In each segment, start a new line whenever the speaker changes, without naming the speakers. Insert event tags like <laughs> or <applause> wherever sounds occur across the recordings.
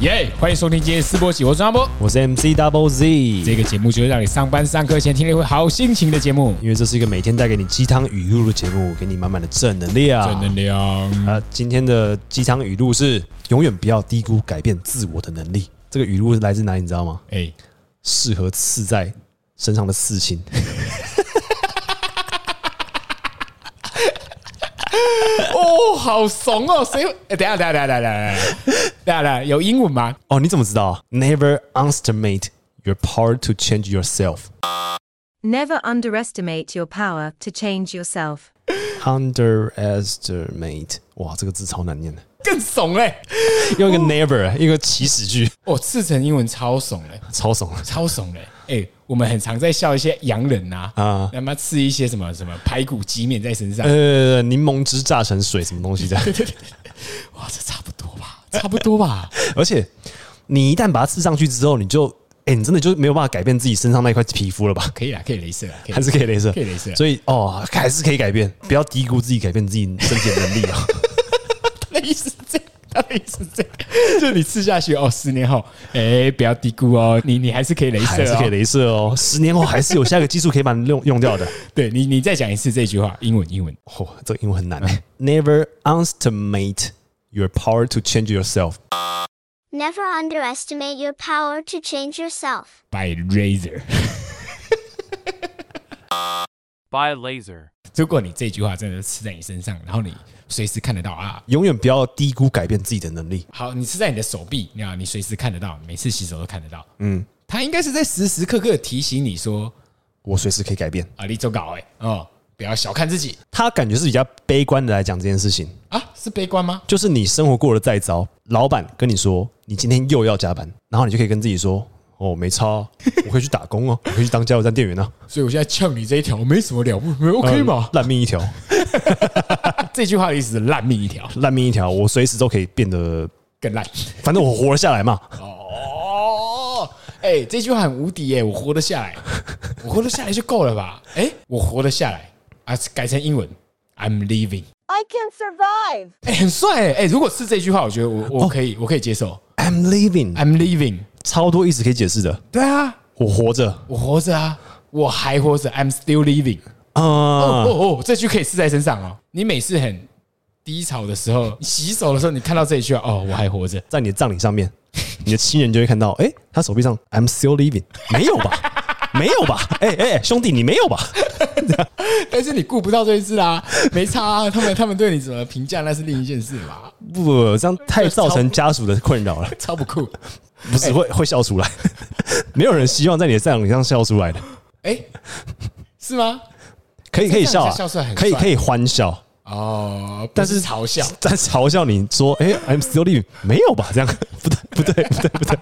耶欢迎收听今天的四波起，我是张波。
我是 MC Double Z，
这个节目就是让你上班上课前听了会好心情的节目，
因为这是一个每天带给你鸡汤语录的节目，给你满满的正能量。
正能量。
啊，今天的鸡汤语录是：永远不要低估改变自我的能力。这个语录是来自哪里，你知道吗？
哎，
适合刺在身上的刺青。 <laughs>
哦，好怂哦！谁？哎，等一下，等一下，等一下，等一下，等一下等一下，等一下，有英文吗？
哦，你怎么知道？Never underestimate your power to change yourself.
Never underestimate your power to change yourself.
Underestimate，哇，这个字超难念的。
更怂嘞！
用一个 never，一个起始句，
哦，赤诚英文超怂嘞，
超怂了。
超怂嘞！哎，我们很常在笑一些洋人呐，啊
啊，
他妈吃一些什么什么排骨鸡面在身上，
呃，柠檬汁榨成水，什么东西的？
<laughs> 哇，这差不多吧，差不多吧。
而且你一旦把它刺上去之后，你就，哎、你真的就没有办法改变自己身上那块皮肤了吧？ <laughs>
可以啦，可以镭射啦，可以
还是可以镭射，
可以镭射
所以哦，还是可以改变，不要低估自己改变自己身体的能力啊！
他的意思是这样，他的意思是这 <laughs> 样，就你吃下去哦，十年后，哎、不要低估哦，你你还是可 <laughs> 以镭射、
还
哦，
是可以镭射哦，十年后还是有下一个技术可以把你用用掉的。
对你，你再讲一次这句话，英文，英文。
哦，这个英文很难、Never
嗯
<laughs> underestimate your power to change yourself。
Never underestimate your power to change yourself.
By razor，
by laser.
如果你这句话真的吃在你身上，然后你随时看得到啊。
永远不要低估改变自己的能力。
好，你吃在你的手臂，你好，你随时看得到，每次洗手都看得到。嗯，他应该是在时时刻刻提醒你说
我随时可以改变。
啊，你走搞哎，哦，不要小看自己
他感觉是比较悲观的来讲这件事情，
啊，是悲观吗？
就是你生活过得再糟，老板跟你说你今天又要加班，然后你就可以跟自己说：“哦，没差啊、我可以去打工哦、我可以去当加油站店员啊，
所以我现在呛你这一条没什么了不起，OK 吗？
烂命一条，
嗯这句话的意思是烂命一条，
烂命一条，我随时都可以变得，
更烂。
反正我活了下来嘛。
哦，哎、这句话很无敌耶、我活得下 <laughs> 来，我活得下来就够了吧？哎、我活得下来啊，改成英文，I'm living，
I can survive.
哎、很帅哎、哎、如果是这句话，我觉得我我可以、我可以接受
I'm living，
，I'm living，
超多意思可以解释的。
对啊，
我活着，
我活着啊，我还活着，I'm still living，
啊、
哦哦哦，这句可以试在身上哦，你每次很低潮的时候，你洗手的时候，你看到这一句话，哦，我还活着。
在你的葬礼上面，你的亲人就会看到，哎、他手臂上 I'm still living，没有吧？没有吧？哎、哎、兄弟，你没有吧？
<laughs> 但是你顾不到这一次啦、 <laughs> 没差、啊。他们他们对你怎么评价那是另一件事嘛，
不不不，这样太造成家属的困扰了，
超不 <laughs> 酷。
不
哎
是会会笑出来， <laughs> 没有人希望在你的葬礼上笑出来的，
哎、是吗？
可以可以笑啊
这样笑出来很，
可以
帅
可以欢笑，
哦，但
但
是
是
嘲笑，
但嘲笑你说，哎、i m still living，没有吧？这样 <laughs> 不对不对不对不对，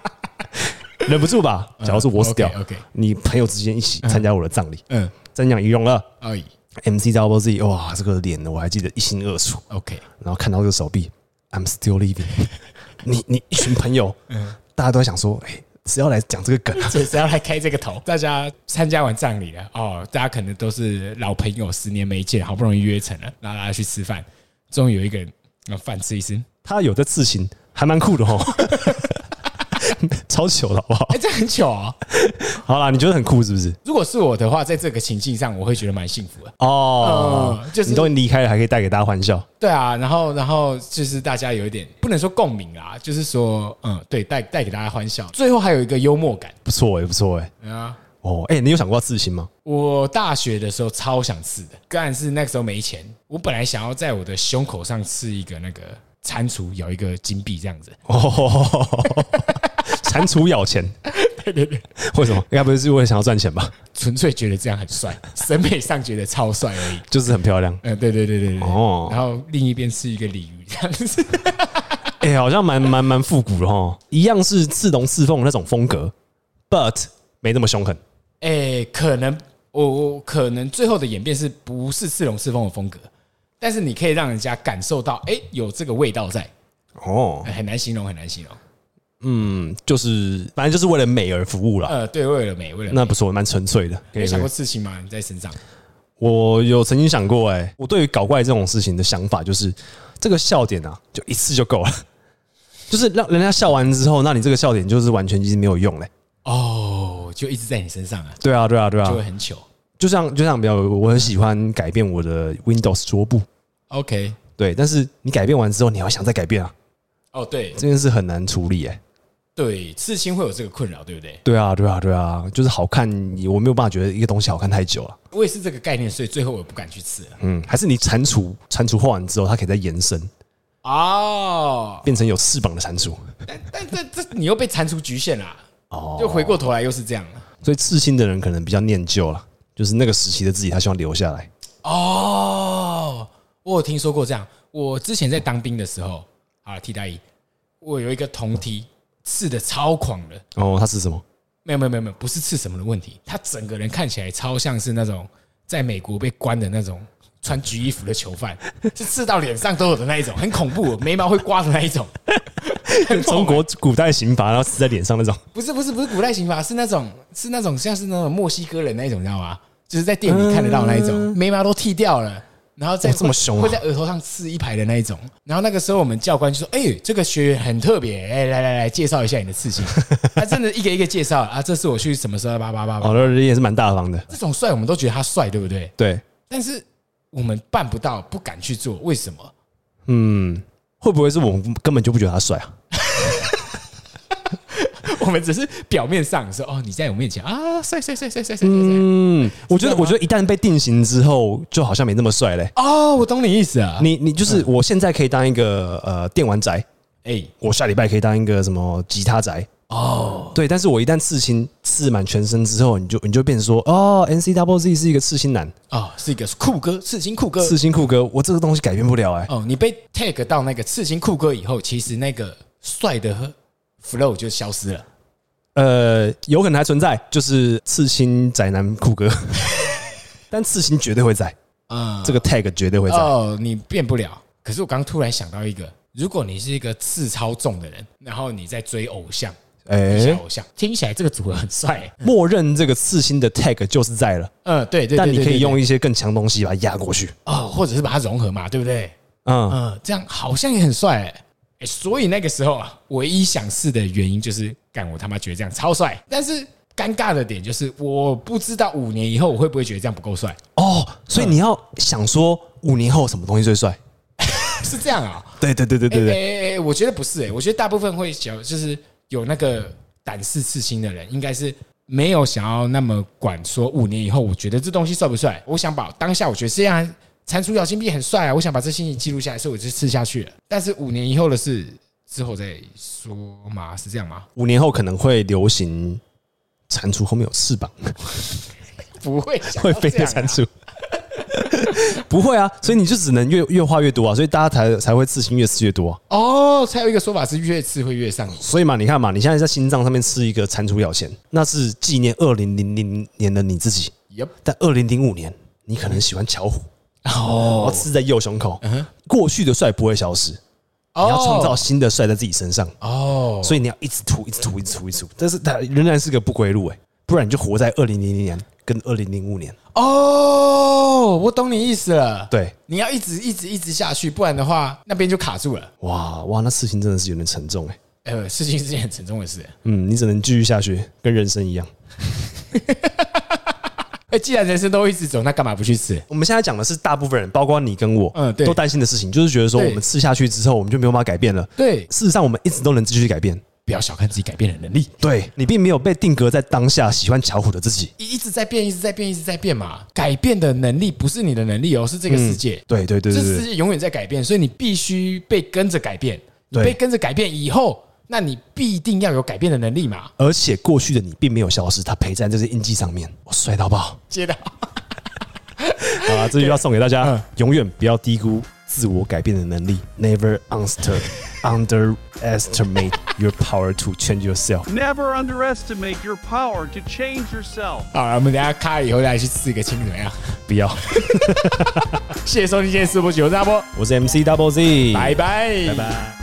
忍不住吧？假如说我死掉
嗯 OK，OK
你朋友之间一起参加我的葬礼，
嗯，
瞻仰仪容了。
而已。
MC Double Z，哇，这个脸我还记得一清二楚。
OK，
然后看到这个手臂，I'm still living <laughs> 你。你一群朋友，
嗯
大家都在想说，哎、只要来讲这个梗啊，
所以只要来开这个头， <laughs> 大家参加完葬礼了，哦，大家可能都是老朋友，十年没见，好不容易约成了，然后大家去吃饭，终于有一个人，那饭吃一吃，
他有的刺青，还蛮酷的哦， <laughs> 超糗的好不好
哎、？这很糗哦。
好啦，你觉得很酷是不是？
如果是我的话，在这个情境上，我会觉得蛮幸福的。
哦，
嗯就是
你都离开了，还可以带给大家欢笑。
对啊，然后然后就是大家有一点不能说共鸣啦，就是说，嗯，对，带带给大家欢笑，最后还有一个幽默感
不错哎、不错哎、
啊。
哦，哎、你有想过要刺青吗？
我大学的时候超想刺的，但是那个时候没钱。我本来想要在我的胸口上刺一个那个蟾蜍，咬一个金币这样子。
哦， <laughs> 蟾蜍咬钱，
<laughs> 对对对，
为什么？应该不是为了想要赚钱吧？
纯粹觉得这样很帅， <laughs> 审美上觉得超帅而已。
就是很漂亮。
嗯、对对对对对。
哦
然后另一边是一个鲤鱼这样子。 <laughs>
哎、好像蛮蛮蛮复古的哈，一样是刺龙刺凤那种风格，but 没那么凶狠。
哎、可能我我可能最后的演变是不是刺龙刺凤的风格，但是你可以让人家感受到，哎、有这个味道在，
哦
呃，很难形容，很难形容。
嗯，就是反正就是为了美而服务啦。
呃，对，为了美，为了美。
那不错，蛮纯粹的。可
你
以
想
可
过
以
刺青吗？你在身上？
我有曾经想过、哎，我对于搞怪这种事情的想法就是，这个笑点啊，就一次就够了。 <laughs> 就是让人家笑完之后，那你这个笑点就是完全已经没有用嘞。
哦，就一直在你身上啊，
对啊，对啊，对啊
就，会很糗。
就像就像比较，我很喜欢改变我的 Windows 桌布，
OK，
对，但是你改变完之后，你还想再改变啊，
哦对
这件事很难处理哎、
对，刺青会有这个困扰，对不对？
对啊，对啊，对啊，就是好看，我没有办法觉得一个东西好看太久了。
我也是这个概念，所以最后我不敢去刺了。
嗯，还是你蟾蜍，蟾蜍画完之后，它可以再延伸，
哦，
变成有翅膀的蟾蜍。
但这这你又被蟾蜍局限啦，
哦，
就回过头来又是这样了。
所以刺青的人可能比较念旧了，就是那个时期的自己，他希望留下来。
哦，我有听说过这样。我之前在当兵的时候，啊，替代役，我有一个同梯刺的超狂的，
哦，他是什么？
没有没有没有没有，不是刺什么的问题，他整个人看起来超像是那种在美国被关的那种穿橘衣服的囚犯，是刺到脸上都有的那一种，很恐怖，眉毛会刮的那一种。很猛
中国古代刑罚，然后刺在脸上那种。
不是不是不是古代刑法，是那种是那种像是那种墨西哥人那一种，你知道吗？就是在店里看得到那一种，眉毛都剃掉了，然后再
哦这么凶啊
会在额头上刺一排的那一种。然后那个时候我们教官就说：“哎、这个学员很特别，哎、来来来，介绍一下你的刺青。”他真的一个一个介绍啊，这是我去什么时候叭叭叭叭
<laughs> 哦，。那人也是蛮大方的。
这种帅我们都觉得他帅，对不对？
对，
但是我们办不到，不敢去做，为什么？ <laughs>
嗯，会不会是我们根本就不觉得他帅啊？
我们只是表面上说：“哦，你在我面前啊，帅帅帅帅帅帅帅。帅
嗯，我觉
是这
得，
样吗
我觉得一旦被定型之后，就好像没那么帅嘞。嗯
哦，我懂你意思啊。
<laughs> 你你就是我现在可以当一个呃电玩宅，
哎、
我下礼拜可以当一个什么吉他宅哦，对，但是我一旦刺青刺满全身之后，你就你就变成说哦，N C W Z 是一个刺青男，
哦，是一个酷哥，刺青酷哥。
刺青酷哥，我这个东西改变不了哎、
哦，你被 tag 到那个刺青酷哥以后，其实那个帅的 flow 就消失了。
呃，有可能还存在，就是刺青宅男酷哥，但刺青绝对会在，
嗯，
这个 tag 绝对会在，
哦，你变不了。可是我刚突然想到一个，如果你是一个刺超重的人，然后你在追偶像，
哎、
小偶像，听起来这个组合很帅、欸。
默认这个刺青的 tag 就是在了，
嗯，对对对
但你可以用
一
一些更强东西把它压过去，
哦，或者是把它融合嘛，对不对？
嗯，
嗯，这样好像也很帅、欸。哎、所以那个时候啊，唯一想试的原因就是，干我他妈觉得这样超帅，但是尴尬的点就是，我不知道五年以后我会不会觉得这样不够帅，
哦，所以你要想说五年后什么东西最帅？
是这样啊、
对对对对
哎
对对，
哎哎哎我觉得不是哎、我觉得大部分会想，就是有那个胆识刺青的人，应该是没有想要那么管说五年以后，我觉得这东西帅不帅，我想把当下我觉得这样蟾蜍咬金币很帅啊，我想把这心情记录下来，所以我就刺下去了。但是五年以后的事之后再说嘛，是这样吗？
五年后可能会流行蟾蜍后面有翅膀，
不会想
会
到
飞
这
的
样啊
蟾蜍。不会啊，所以你就只能越越画越多啊，所以大家才才会刺青越刺越多啊。
哦，才有一个说法是越刺会越上瘾。
所以嘛，你看嘛，你现在在心脏上面刺一个蟾蜍咬钱，那是纪念二零零零年的你自己。
Yep
但二零零五年，你可能喜欢巧虎，哦，然后刺在右胸口。过去的帅不会消失，你
你
要创造新的帅在自己身上，
哦，
所以你要一直涂，一直涂，一直涂，一直涂。但是它仍然是个不归路哎、不然你就活在二零零零年跟二零零五年。
哦，我懂你意思了。
对，
你要一直一直一直下去，不然的话那边就卡住了。
哇哇，那事情真的是有点沉重哎、
呃，事情是件很沉重的事。
嗯，你只能继续下去，跟人生一样。
哎，既然人生都一直走，那干嘛不去吃？
我们现在讲的是大部分人，包括你跟我，
嗯对
都担心的事情，就是觉得说
对
我们吃下去之后，我们就没有办法改变了。
对，
事实上，我们一直都能继续改变。
不要小看自己改变的能力，
对你并没有被定格在当下喜欢巧虎的自己。
一一直在变，一直在变，一直在变嘛。改变的能力不是你的能力哦，是这个世界。
嗯对对对
这
对
世
对，
界永远在改变，所以你必须被跟着改变。你
对
被跟着改变以后，那你必定要有改变的能力嘛。
而且过去的你并没有消失，它陪在这些印记上面。我帅到爆！
接到，
好啦，这句要送给大
嗯
家：永远不要低估自我改变的能力。Never under
<laughs>
underestimate your power to change yourself。
Never underestimate your power to change yourself.
<laughs> 好了，我们等一下开了以后再去刺一个青，怎么样？
不要。
<laughs> 谢谢收听今天的直播九大波，
我是 MC Double Z，
拜拜，
拜拜。